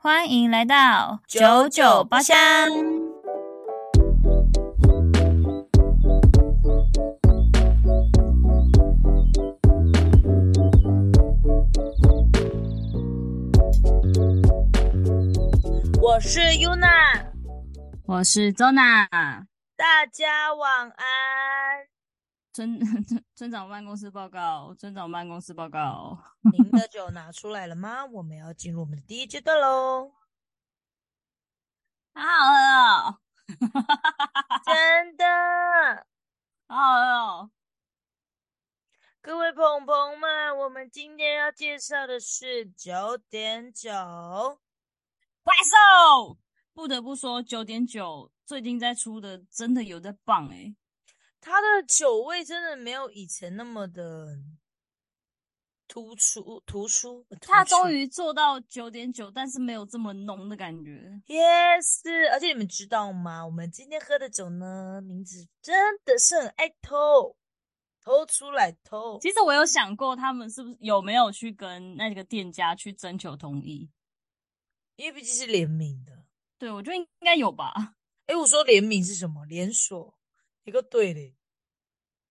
欢迎来到九九包厢。我是 Yuna，我是周娜。大家晚安。村 村长办公室报告，村长办公室报告。您的酒拿出来了 吗？我们要进入我们的第一阶段喽。好好饿哦， 真的，好好饿哦。各位朋朋们，我们今天要介绍的是九点九，怪兽，哦不得不说，九点九最近在出的真的有在棒哎、它的酒味真的没有以前那么的突出突出。他突出终于做到九点九，但是没有这么浓的感觉。 Yes，而且你们知道吗？我们今天喝的酒呢，名字真的是很爱偷，偷出来偷。其实我有想过，他们是不是有没有去跟那个店家去征求同意？因为毕竟是联名的。对，我觉得应该有吧。诶，我说联名是什么？连锁，一个对嘞，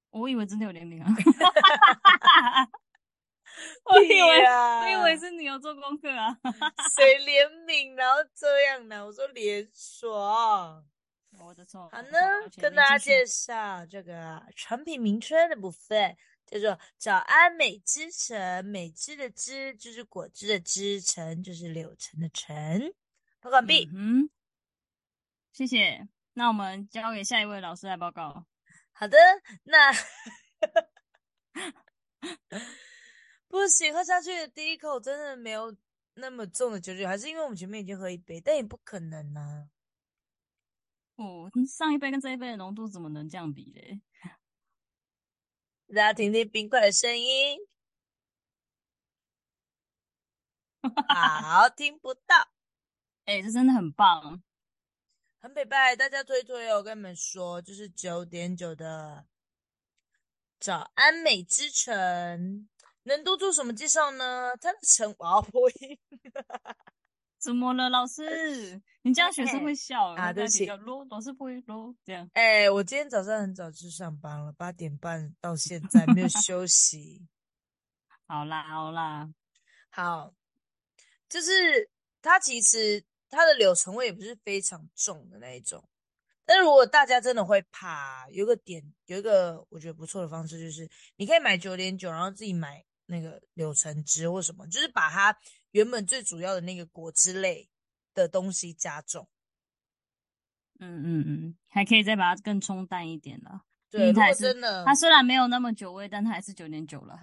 我以为真的有联 名啊， 我以为我以为是你有做功课啊。谁联名，然后这样呢？我说连锁。我的错。好呢抱，歉跟你大家继续介绍这个产品名称的部分，叫做“早安美之橙”。美汁的汁就是果汁的汁，橙就是柳橙的橙。报告完毕。嗯哼，谢谢。那我们交给下一位老师来报告。好的，那 不行，喝下去的第一口真的没有那么重的酒酒，还是因为我们前面已经喝一杯，但也不可能啊。哦，上一杯跟这一杯的浓度怎么能这样比嘞？大家听听冰块的 声音，好，听不到，哎、这真的很棒。很北拜，大家推推哦。我跟你们说，就是九点九的早安美之城，能多做什么介绍呢？它的城，我要播音。怎么了，老师？你这样学生会笑啊对不起啰，老师不会啰，这样哎、我今天早上很早去上班了，八点半到现在没有休息。好啦好啦，好，就是它其实它的柳橙味也不是非常重的那一种，但如果大家真的会怕，有一个点有一个我觉得不错的方式就是，你可以买九点九，然后自己买那个柳橙汁或什么，就是把它原本最主要的那个果汁类的东西加重。嗯嗯嗯，还可以再把它更冲淡一点啦。嗯对，如它果也是真的，它虽然没有那么酒味，但它还是九点九了。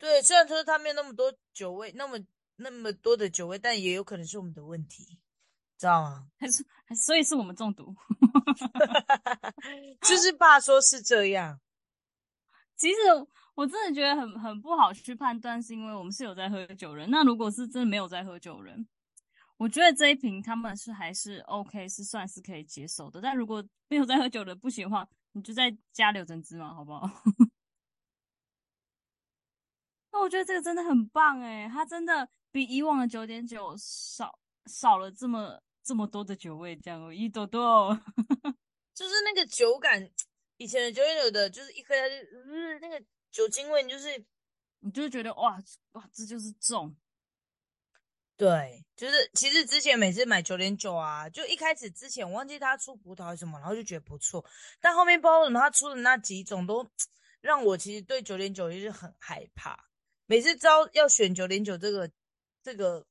对，虽然说它没有那么多酒味，那么那么多的酒味，但也有可能是我们的问题，知道吗？还是还所以是我们中毒。就是爸说是这样，其实我真的觉得很很不好去判断，是因为我们是有在喝酒人。那如果是真的没有在喝酒人，我觉得这一瓶他们是还是 OK，是算是可以接受的。但如果 没有在喝酒的不行的话，你就再加柳橙汁嘛，好不好？ 那我觉得这个真的很棒诶，它真的比以往的九点九少少了这么这么多的酒味，这样哦一朵朵。 就是那个酒感，以前的酒有的就是一喝下去，嗯，那个酒精味就是你就会觉得哇哇，这就是重，对，就是其实之前每次买九点九啊，就一开始之前我忘记它出葡萄什么，然后就觉得不错，但后面不知道为什么它出的那几种都让我其实对九点九就是很害怕。每次知道要选九点九这个这个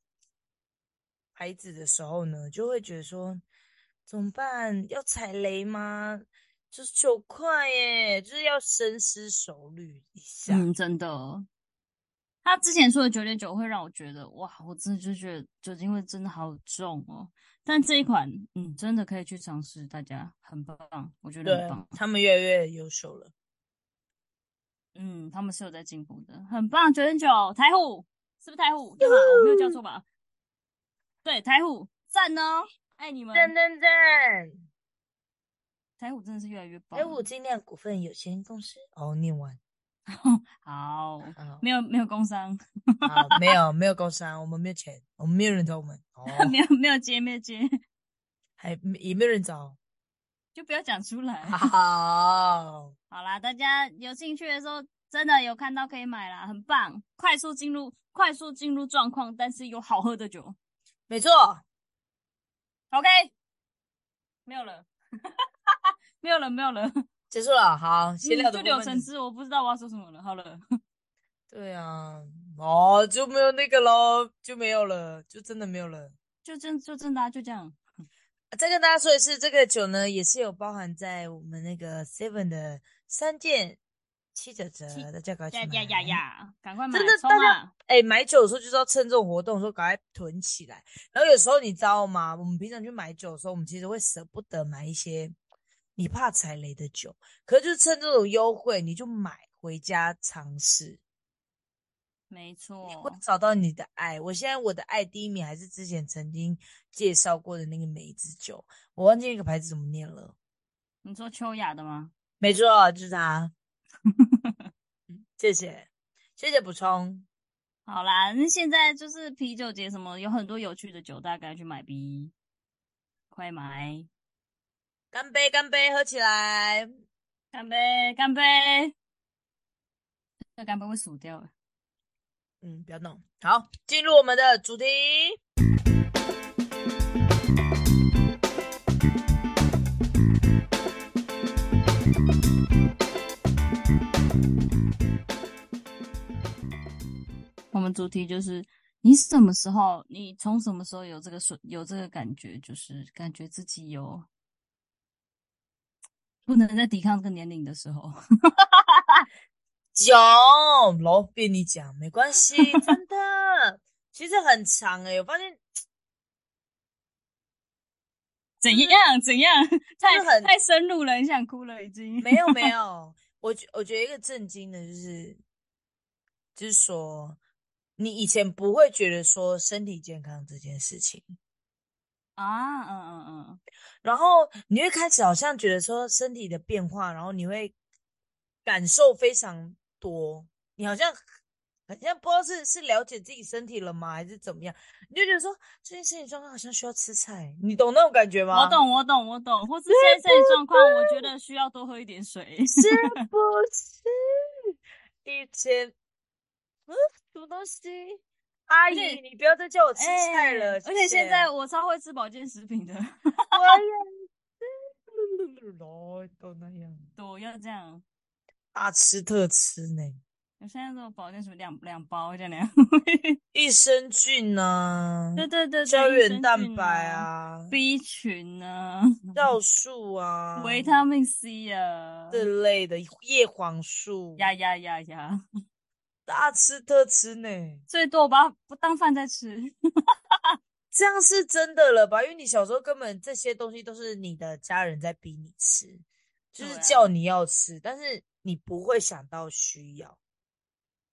牌子的时候呢，就会觉得说怎么办？要踩雷吗？就是九块耶，就是要深思熟虑一下。嗯，真的。他之前说的九点九会让我觉得哇，我真的就觉得酒精味真的好重哦。但这一款，嗯，真的可以去尝试，大家很棒，我觉得对很棒。他们越来越优秀了。嗯，他们是有在进步的，很棒。九点九，台虎是不是台虎？对吧？我没有叫错吧？对，台虎赞哦，爱你们。赞赞赞！台虎真的是越来越棒。台虎精酿股份有限公司。哦，念完。好，好没有没有工伤， 好，没有没有工伤，我们没有钱，我们没有人找我们，哦， 没有没有接没有接， 还也没有人找。就不要讲出来。 好，好啦，大家有兴趣的时候，真的有看到可以买啦，很棒，快速进入快速进入状况，但是有好喝的酒。没错， OK，没有了， 没有了，没有 了，结束了。好，闲聊嗯的就部柳分橙汁，我不知道我要说什么了。好了，对啊，哦，就没有那个喽，就没有了，就真的没有了。啊就真就真的、啊、就这样。再跟大家说一次，这个酒呢也是有包含在我们那个 Seven 的三件七九折七，大家赶快呀去呀买呀！呀，赶快买，真的冲大家啊！哎，买酒的时候就是要趁这种活动的时候赶快囤起来。然后有时候你知道吗？我们平常去买酒的时候，我们其实会舍不得买一些你怕踩雷的酒，可是就是趁这种优惠，你就买回家尝试。没错你，会找到你的爱。我现在我的爱第一名还是之前曾经介绍过的那个梅子酒，我忘记那个牌子怎么念了。你说秋雅的吗？没错，就是它。嗯谢谢，谢谢补充。好啦，那现在就是啤酒节什么，有很多有趣的酒，大家赶快去买啤，快买！干杯，干杯，喝起来！干杯，干杯！这干杯会数掉的。嗯，不要弄。好，进入我们的主题。我们主题就是你什么时候，你从什么时候有这个瞬，有这个感觉，就是感觉自己有不能再抵抗这个年龄的时候。 酒，老被你讲没关系，真的。其实很长欸诶、我发现怎样？怎样？太很太深入了，很想哭了，已经。没有没有，我觉我觉得一个震惊的就是，就是说你以前不会觉得说身体健康这件事情，啊，嗯嗯嗯，然后你会开始好像觉得说身体的变化，然后你会感受非常多，你好像好像不知道是是了解自己身体了吗，还是怎么样，你就觉得说最近身体状况好像需要吃菜，你懂那种感觉吗？我懂，我懂，我懂。或是现在这里状况，我觉得需要多喝一点水。是啊不是？以前，嗯，什么东西？阿而且姨，你不要再叫我 吃菜了。哎谢而且现谢在我超会吃保健食品的， 我也是，来都那样，对，我要这样。大吃特吃呢。我现在这种保健食品两两包这样 两，益生菌呐、对对对，对胶益原生蛋菌白啊啊， ，B 群啊，酵素啊，维他命 C 啊，这类的叶黄素， 呀呀呀呀，大吃特吃呢。最多我把它不当饭在吃。 这样是真的了吧？因为你小时候根本这些东西都是你的家人在逼你吃，就是对啊叫你要吃，但是你不会想到需要。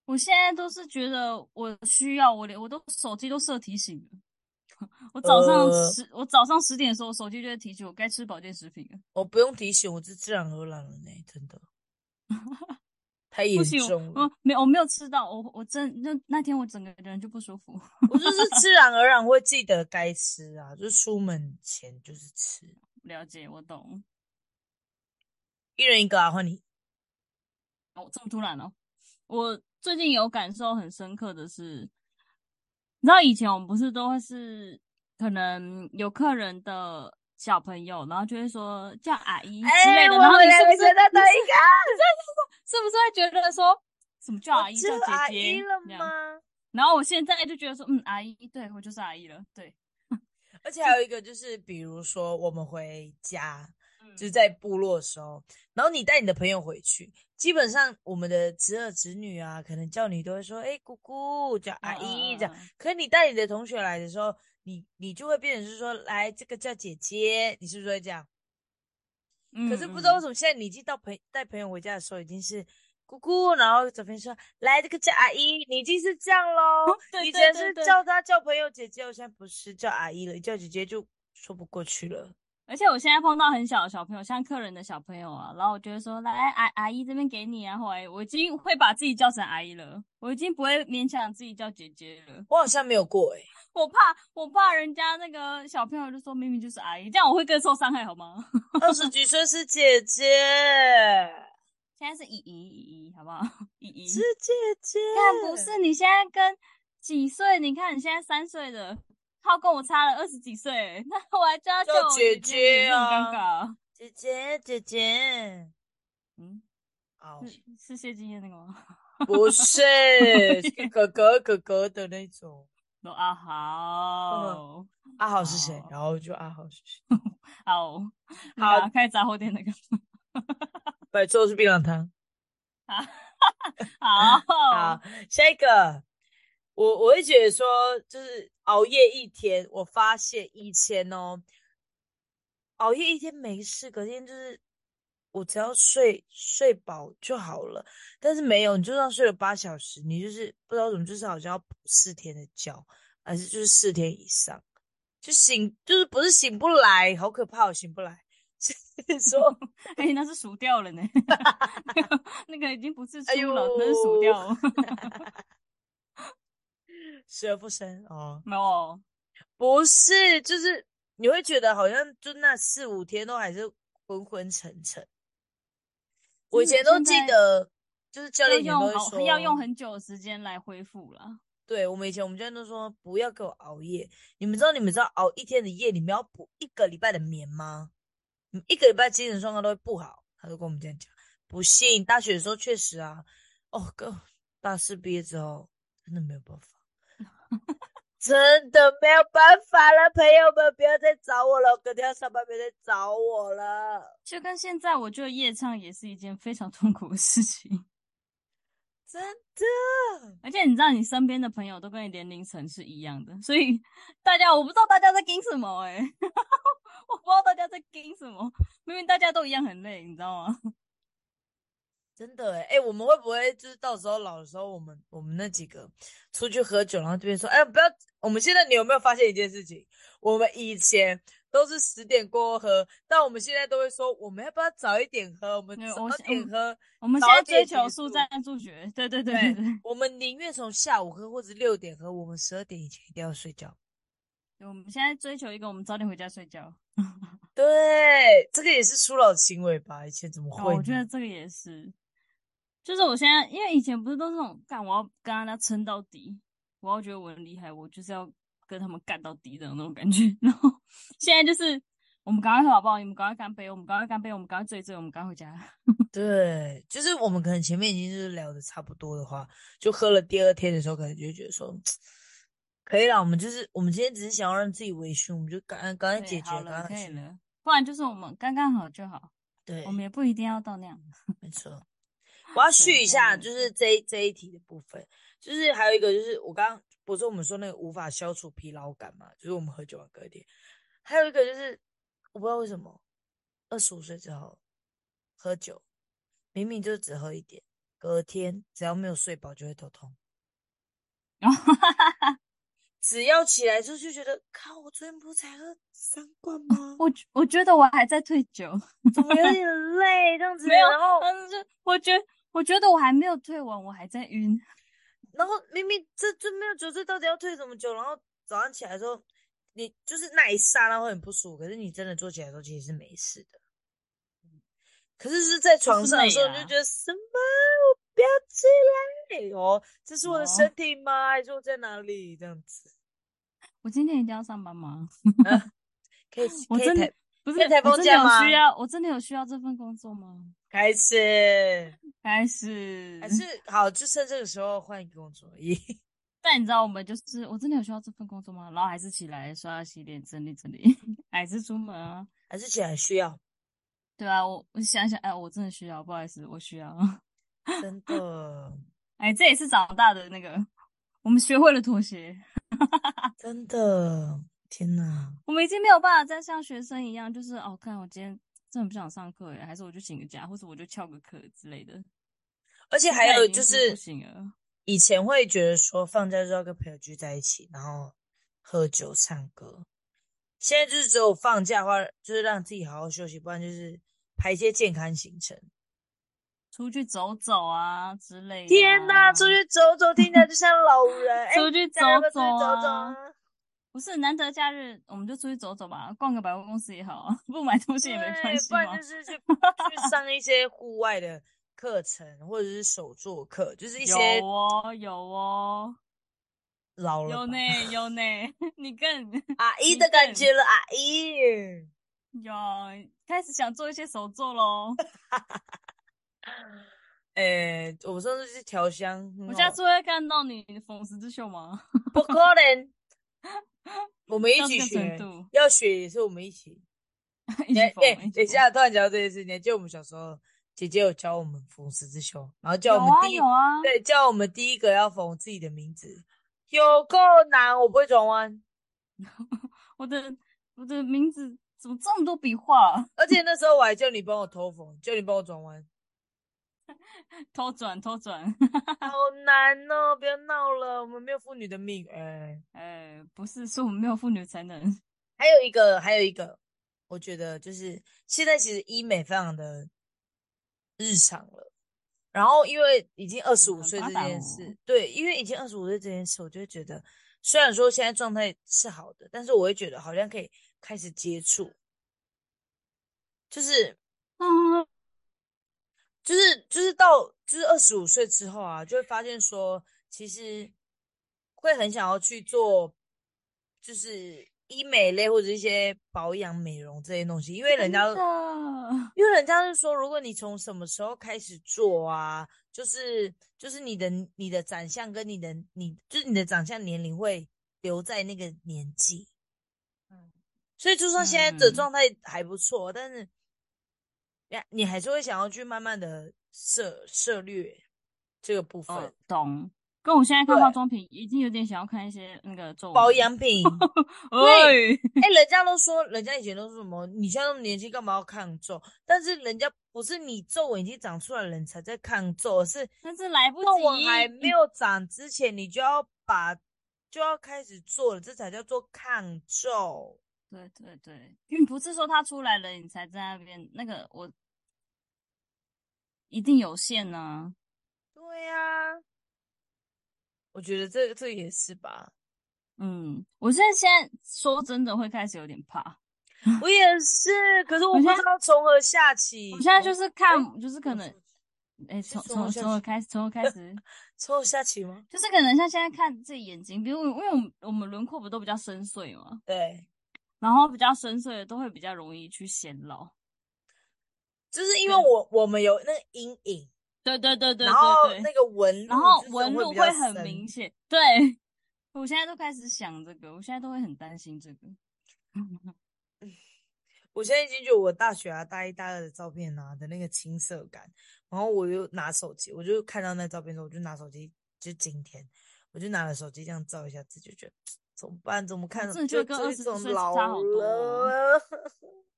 我现在都是觉得我需要，我连我都手机都设提醒了。 我早上呃十、我早上十点的时候，手机就会提醒我该吃保健食品了。我不用提醒，我是自然而然了呢，真 的。太严不行，重了我，没我没有吃到，我我真那那天我整个人就不舒服。 我就是自然而然会记得该吃啊，就是出门前就是吃，了解，我懂。一人一个啊，换你。哦，这么突然哦！我最近有感受很深刻的是，你知道以前我们不是都会是可能有客人的小朋友，然后就会说叫阿姨之类的，哎我然后回你来是不了，是学到你的是一个是不是会觉得说什么叫啊，阿我姨知叫道姐阿姐姨了这样吗？然后我现在就觉得说，嗯，阿姨，对我就是阿姨了，对，而且还有一个就是，比如说我们回家，嗯就是在部落的时候，然后你带你的朋友回去，基本上我们的侄儿侄女啊，可能叫你都会说，哎、姑姑，叫阿姨这样。，可是你带你的同学来的时候，你你就会变成是说，来这个叫姐姐，你是不是会这样？嗯可是不知道为嗯。什么，现在你已经到朋带朋友回家的时候，已经是姑姑，然后左边说来这个叫阿姨，你已经是这样喽哦对以对前对是对叫她叫朋友姐姐，我现在不是叫阿姨了，叫姐姐就说不过去了。而且我现在碰到很小的小朋友，像客人的小朋友啊，然后我就会说来阿阿姨这边给你啊，后来我已经会把自己叫成阿姨了，我已经不会勉强自己叫姐姐了。我好像没有过哎、我怕我怕人家那个小朋友就说明明就是阿姨，这样我会更受伤害好吗？ 二十几岁是姐姐，现在是姨姨姨姨，好不 好？姨姨是姐姐， 但不是你现在跟几岁？你看你现在三岁的，他跟我差了二十几岁，那我还叫他叫我姐姐姐也是很啊尴尬。姐姐姐姐，嗯，好，是是谢金燕那个吗？不是 是哥哥哥哥的那种。罗阿豪，阿豪是谁好？然后就阿豪是谁？好，好那个啊开杂货店那 个，白粥是槟榔汤。好，好，下一个，我我会觉得说，就是熬夜一天，我发现以前哦，熬夜一天没事，隔天就是我只要睡睡饱就好了。但是没有，你就算睡了八小时，你就是不知道怎么，就是好像要补四天的觉，还是就是四天以上，就醒就是不是醒不来，好可怕，我哦醒不来。 是说哎、那是数掉了呢， 那个已经不是哎输了呦，那是数掉 了，死而复生哦，没有，不是，就是你会觉得好像就那四五天都还是昏昏沉沉。我以真前的现在都记得，就是教要练以前都用会好说要用很久的时间来恢复了。对我们以前我们教练都说不要给我熬夜。你们知道你们知道熬一天的夜，你们要补一个礼拜的眠吗？你们一个礼拜精神状况都会不好。他就跟我们这样讲。不信，大学的时候确实啊，哦哥，大四毕业之后真的没有 办法，真的没有办法了，朋友们不要再找我了，隔天要上班别再找我了，就跟现在，我觉得夜唱也是一件非常痛苦的事情。真的。而且你知道，你身边的朋友都跟你年龄层是一样的，所以大家我不知道大家在盯什么哎、 我不知道大家在盯什么，明明大家都一样很累，你知道吗？真的哎、欸，我们会不会就是到时候老的时候，我们我们那几个出去喝酒，然后这边说，哎、不要，我们现在你有没有发现一件事情？我们以前都是十点过后喝，但我们现在都会说，我们要不要早一点喝？我们对早我点喝，我们早现在追点结求速束战速决，对对对对对对，我们宁愿从下午喝或者六点喝，我们十二点以前一定要睡觉。我们现在追求一个，我们早点回家睡觉。对，这个也是初老的行为吧？以前怎么哦会呢？我觉得这个也是，就是我现在，因为以前不是都是那种干，我要跟人家撑到底，我要觉得我很厉害，我就是要跟他们干到底的那种感觉。 然后现在就是，我们赶快喝好不好？你们赶快干杯，我们赶快干杯，我们赶快醉一醉，我们赶快回家。对，就是我们可能前面已经就是聊的差不多的话，就喝了第二天的时候，可能就会觉得说，可以了，我们就是我们今天只是想要让自己微醺，我们就赶快赶快对解决，好赶了，快可以去。了，不然就是我们刚刚好就好，对我，们也不一定要到那样。没啊错。我要对续一这下，样就子是这一这一题的部分，就是还有一个就是我刚刚不是我们说那个无法消除疲劳感嘛，就是我们喝酒完隔天，还有一个就是我不知道为什么二十五岁之后喝酒，明明就只喝一点，隔天只要没有睡饱就会头痛。 然后只要起来之后就觉得，靠，我昨天不是才喝三罐 吗？我觉我觉得我还在退酒，怎么有点累这样子？没有然后但是我觉我觉得我还没有退完，我还在晕。然后明明这这没有酒醉，到底要退什么酒？然后早上起来的时候，你就是那一刹那会很不舒服，可是你真的坐起来的时候其实是没事的。可是是在床上的时候，累你啊就觉得什么？我不要起来哦，这是我的哦身体吗？还是我在哪里？这样子我今天一定要上班吗？可以，啊我可以真抬的不是可以台风我真的有假吗需要，我真的有需要这份工作吗？开始，还是还是好，就趁这个时候换一个工作而已。 但你知道我们就是我真的有需要这份工作吗？然后还是起来刷牙洗脸整理整 理，还是出门啊？还是起来需要，对啊，我我想想，哎，我真的需要，不好意思，我需要。 真的，哎，这也是长大的那个，我们学会了妥协，真的，天哪！我们已经没有办法再像学生一样，就是哦，看我今天真的不想上课耶，还是我就请个假，或者我就翘个课之类的。而且现还在有已经就是不是，行了以前会觉得说放假就要跟朋友聚在一起，然后喝酒唱歌，现在就是只有放假的话，就是让自己好好休息，不然就是排一些健康行程。出去走走啊之类的啊。天哪，出去走走，听起来就像老 人。哎出去大家要不要走出去走走走啊啊不是难得假日，我们就出去走走吧，逛个百货公司也好 啊，不买东西也没关对系不嘛然就。 是去去上一些户外的课程，或者是手作课，就是一有些哦，有哦，老有了呢吧，有呢， 你更阿姨你的感更觉了，阿姨。有开始想做一些手作喽。诶、我上次去调香，很我好下玩次会看到你缝十字绣吗？不可 能，我们一到这起个程学，度， 要学也是我们一起。一哎起哎、缝。等起缝一下，突然讲到这件事情，就我们小时候，姐姐有教我们缝十字绣，然后叫我有们啊第一，有啊，对，叫我们第一个要缝自己的名字，有够难，我不会转弯。我的我的名字怎么这么多笔画、啊而且那时候我还叫你帮我偷缝，叫你帮我转 弯， 偷转偷转，好难哦！不要闹了，我们没有妇女的命。哎、呃，不是说我们没有妇女才 能，还有一个，还有一个，我觉得就是现在其实医美非常的日常了。然后因为已经二十五很岁发这达件哦事，对，因为已经二十五岁这件事，我就会觉得，虽然说现在状态是好的，但是我会觉得好像可以开始接触，就是哦嗯，就是就是到就是二十五岁之后啊，就会发现说，其实会很想要去做，就是医美类或者一些保养、美容这些东西，因为人家真的因为人家是说，如果你从什么时候开始做啊，就是就是你的你的长相跟你的你就是你的长相年龄会留在那个年纪，嗯，所以就算现在的嗯状态还不错，但是呀，你还是会想要去慢慢的涉涉略这个部分，嗯，懂。跟我现在看化对妆品，已经有点想要看一些那个皱纹保了。养品。喂，哎、人家都说，人家以前都说什么，你现在那么年轻，干嘛要抗皱？但是人家不是你皱纹已经长出来了，你才在抗皱，而是但是来不嗯皱纹及，还没有长之前，你就要把就要开始做了，这才叫做抗皱。对对对，嗯不是说它出来了你才在那边，那个我一定有限啊呢、对呀、我觉得这这也是吧，嗯，我现在现在说真的会开始有点怕，我也是，可是啊我我不现知在道从何下起。我现在就从是看，就是可能，哎，是从从从下从我去开始，从我 开始，从何下起吗？就是可能像现在看这眼睛，比如因为我们我们轮廓不都比较深邃嘛，对，然后比较深邃的都会比较容易去显老。就是因为对我我们有那个阴影。对对对对然后对那对，个纹路，然后就是纹路比较会很深明。显。对，我现在都开始想这个，我现在都会很担心这个。我现在已经觉得我大学啊大一大二的照片啊的那个青涩感，然后我又拿手机，我就看到那照片的时候，我就拿手机，就今天我就拿了手机这样照一下自己，就觉得怎么办？怎么看？真的觉就得跟这20种岁老差好多哦了，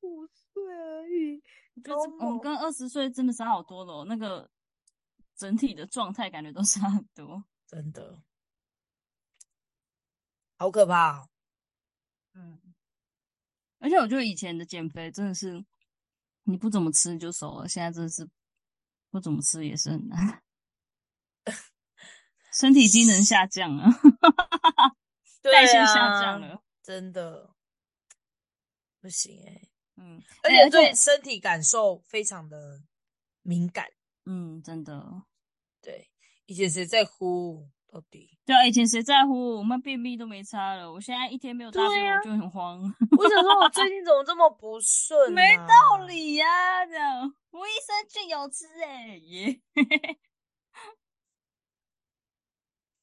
五岁而已，我觉得高这我们某跟二十岁真的差好多了哦、那个整体的状态感觉都差很多。真的好可怕哦、嗯，而且我觉得以前的减肥真的是，你不怎么吃就瘦了，现在真的是不怎么吃也是很 难，身体机能下降了，对代谢啊，下降了。真的不行哎、嗯，而哎且对身体感受非常的敏感。嗯，真的，对，以前谁在乎到底？对啊，以前谁在乎？我们便秘都没差了，我现在一天没有大对便、啊我就很慌， 我想说，我最近怎么这么不顺、啊没道。理呀、这样我益生菌有吃哎、耶，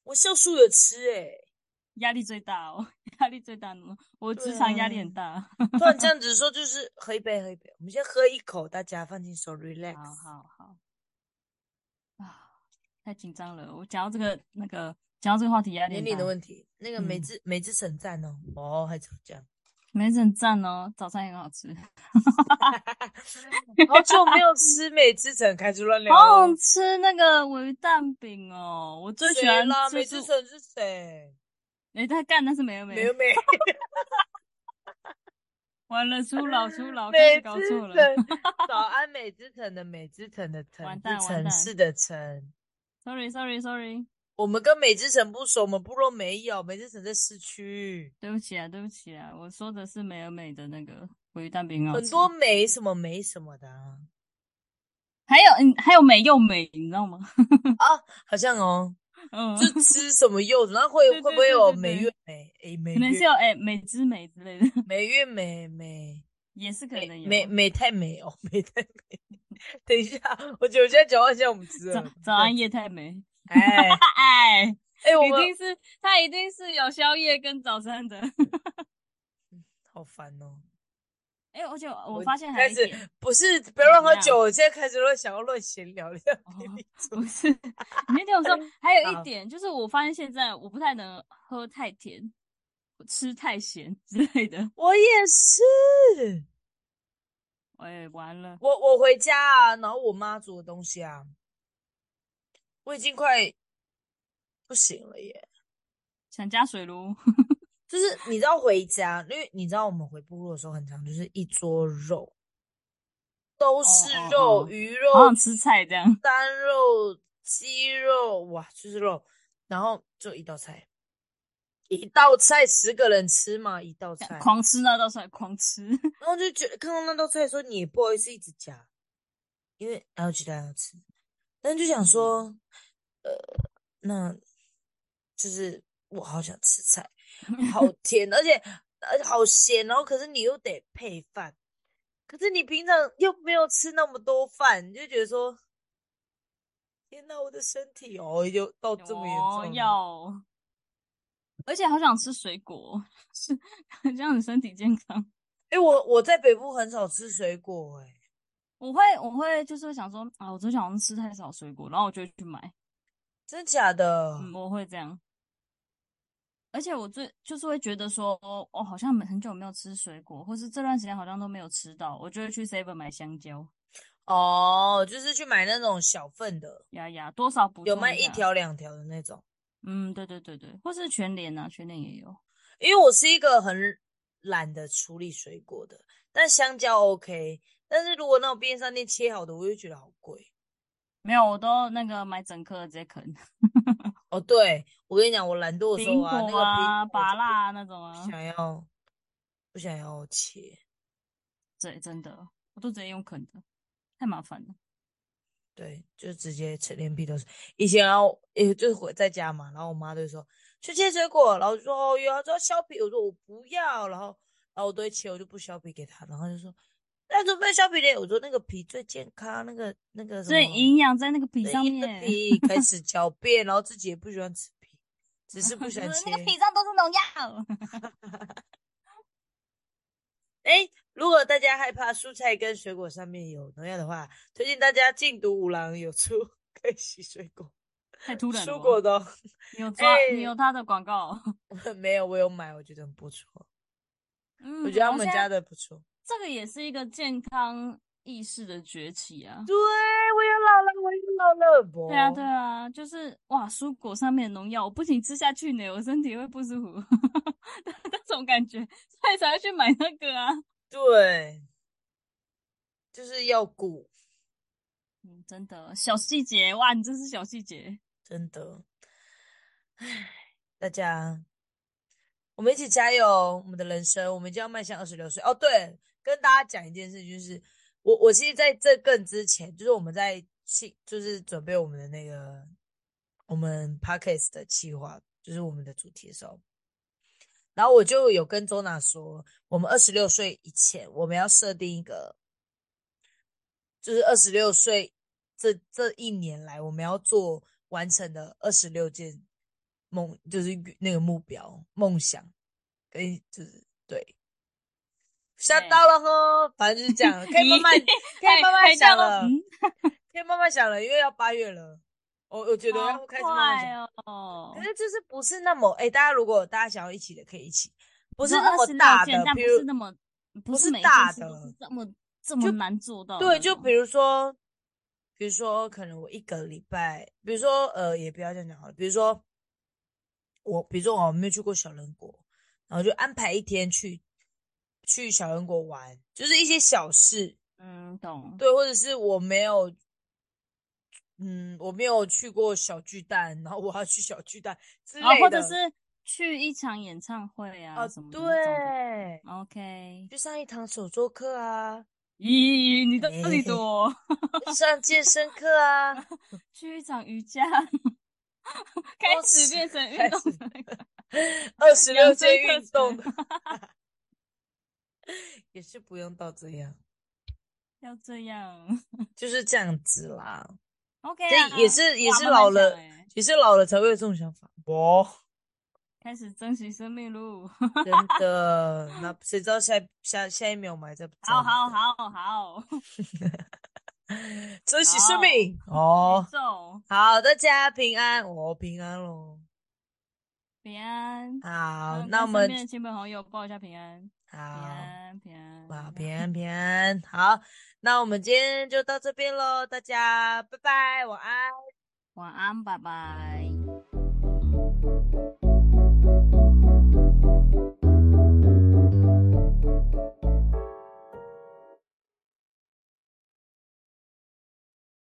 我酵素有吃哎、压力最大哦，压力最大呢，我对职场压力很啊大。突然这样子说，就是喝一杯，喝一杯。我们先喝一口，大家放轻松，relax。好好好啊，太紧张了。我讲到这个那个，讲到这个话题压力年很龄的大。问题，那个美嗯智美智神赞哦，哦，还吵 架。没人赞哦，早餐也很好吃，好久没有吃美之神，开始乱聊好了想。吃那个鲔鱼蛋饼哦，我最喜谁欢啦？就美是之神是谁？ 没在干，但是没有没没有没有。完了，初老初老，开美始搞错之了。 城，早安美之城的美之城的城完蛋是完城蛋市的城。 Sorry Sorry Sorry，我们跟美之城不熟，我们部落没有，美之城在市区，对不起啊，对不起啊，我说的是美而美的那个鲑鱼蛋饼很好很吃多没什么没什么的啊，还有嗯，还有美又美，你知道吗？好像哦，嗯，就吃什么柚子，然后会 对对会不会有对对美对月梅？诶，美可能是月有哎、美之美之类的，美月梅梅也是可美能有。啊美美太美哦，美太美。 等一下，我觉得我现在讲话像我们侄早儿。早安夜太美， 哎哎，哎，我一们定是他一定是有宵夜跟早餐的。 好烦哦。哎、而且我我我发现还开有一始点，不是不要乱喝怎样哦酒，我现在开始乱想要乱闲聊了。不是，你先听我 说，还有好一点就是我发现现在我不太能喝太甜，吃太咸之类的。 我也是，哎、完了，我我回家啊，然后我妈煮的东西啊，我已经快不行了耶。想加水炉，就是你知道回家，因为你知道我们回部落的时候，很常就是一桌肉，都是哦肉，哦鱼肉、好想吃菜这样。单肉、鸡肉，哇，就是肉，然后就一道菜，一道菜十个人吃嘛，一道菜， 狂吃那道菜，狂吃。然后就觉得看到那道菜的时候，你也不好意思一直夹，因为还有其他人要吃，但就想说，嗯呃，那就是我好想吃 菜，好甜，而且而且好咸，然后可是你又得配饭，可是你平常又没有吃那么多饭，你就觉得说，天哪，我的身体哦，又到 这么严哦重，啊了。要，而且好想吃水果，是这样子身体健康。哎、我我在北部很少吃水果、诶我会，我会就是会想说啊，我昨天好像吃太少水果，然后我就会去买。真假的？嗯，我会这样。而且我最就是会觉得说，我、哦、好像没很久没有吃水果，或是这段时间好像都没有吃到，我就会去 Seven 买香蕉，哦，就是去买那种小份的。呀呀，多少补有充卖一下，条两条的那种。嗯，对对对对，或是全联啊，全联也有，因为我是一个很懒得处理水果的，但香蕉 OK。但是如果那种便利商店切好的，我就觉得好贵。没有我都那个买整颗的直接啃，哦，对，我跟你讲，我懒惰的时苹候啊，那果个苹啊、果我芭就乐啊那种啊不，想要，不想要切。对，真的，我都直接用啃的，太麻烦了。对，就直接扯连皮都是。以前啊，也就是回在家嘛，然后我妈就说去切水果，然后我就说哦，有啊，要削皮，我说我不要，然后然后我都会切，我就不削皮给她，然后就说那准备削皮嘞，我说那个皮最健康，那个那个什么所以营养在那个皮对上因为面，皮 开始狡辩，然后自己也不喜欢吃皮，只是不就是想 切那。个皮上都是农药。哎，如果大家害怕蔬菜跟水果上面有农药的话，推荐大家禁毒五郎有出 可以洗水果、太突然了蔬吧，果的哦。你有抓、哎你有他的广告， 没有，我有买，我觉得很不错，嗯，我觉得他现们在家的不错。这个也是一个健康意识的崛起啊。对，我也老了，我也老了。不对啊，对啊，就是哇，蔬果上面的农药，我不仅吃下去呢，我身体会不舒服， 那种感觉，所以才会去买那个啊。对，就是要顾，嗯，真的小细节哇，你真是小细节。真的。唉，大家，我们一起加油，我们的人生，我们就要迈向二十六岁。哦，对，跟大家讲一件事，就是我，我其实在这更之前，就是我们在去，就是准备我们的那个我们 podcast 的计划，就是我们的主题的时候，然后我就有跟周娜说，我们二十六岁以前，我们要设定一个，就是二十六岁这这一年来，我们要做完成的二十六件梦，就是那个目标、梦想，跟就是对。吓对到了呵，反正就是这样，可以 慢慢，可以慢慢想了，还还叫可以慢慢想了，因为要八月了，我我觉得嗯，要好开始慢慢想快。哦可。是就是不是那么哎、大家如果大家想要一起的可以一起，不不是那么大的，但不比如是那么不是每一件大事都的是这么这么就难做到的那对，种。就比如说，比如说可能我一个礼拜，比如说呃，也不要这样讲好了，比如说我，比如说我没有去过小人国，然后就安排一天去去小人国玩，就是一些小事，嗯，懂。对，或者是我没有，嗯，我没有去过小巨蛋，然后我要去小巨蛋之类然后的，啊或者是去一场演唱会啊啊，什么的那种的。对， OK，去上一堂手作课啊，咦，你到底哎多？上健身课啊， 去一场瑜伽， 开始变成运哦开动始的那个。二十六养生天课运动的， 也是不用到这样，要这样就是这样子啦。 ，OK 啊这也是也哇是慢慢老了想欸，也是老了才会有这种想法。哦，开始珍惜生命路。真的，那谁知道下一下下一秒我们还在不在？好好，好好， 珍惜生命宇哦。宙好，大家平安，我、平安喽。平安。好，跟那我身们边的亲朋好友报一下平安，平好。安平安。哇，平安平安，好，那我们今天就到这边喽，大家拜拜，晚安。晚安，拜拜。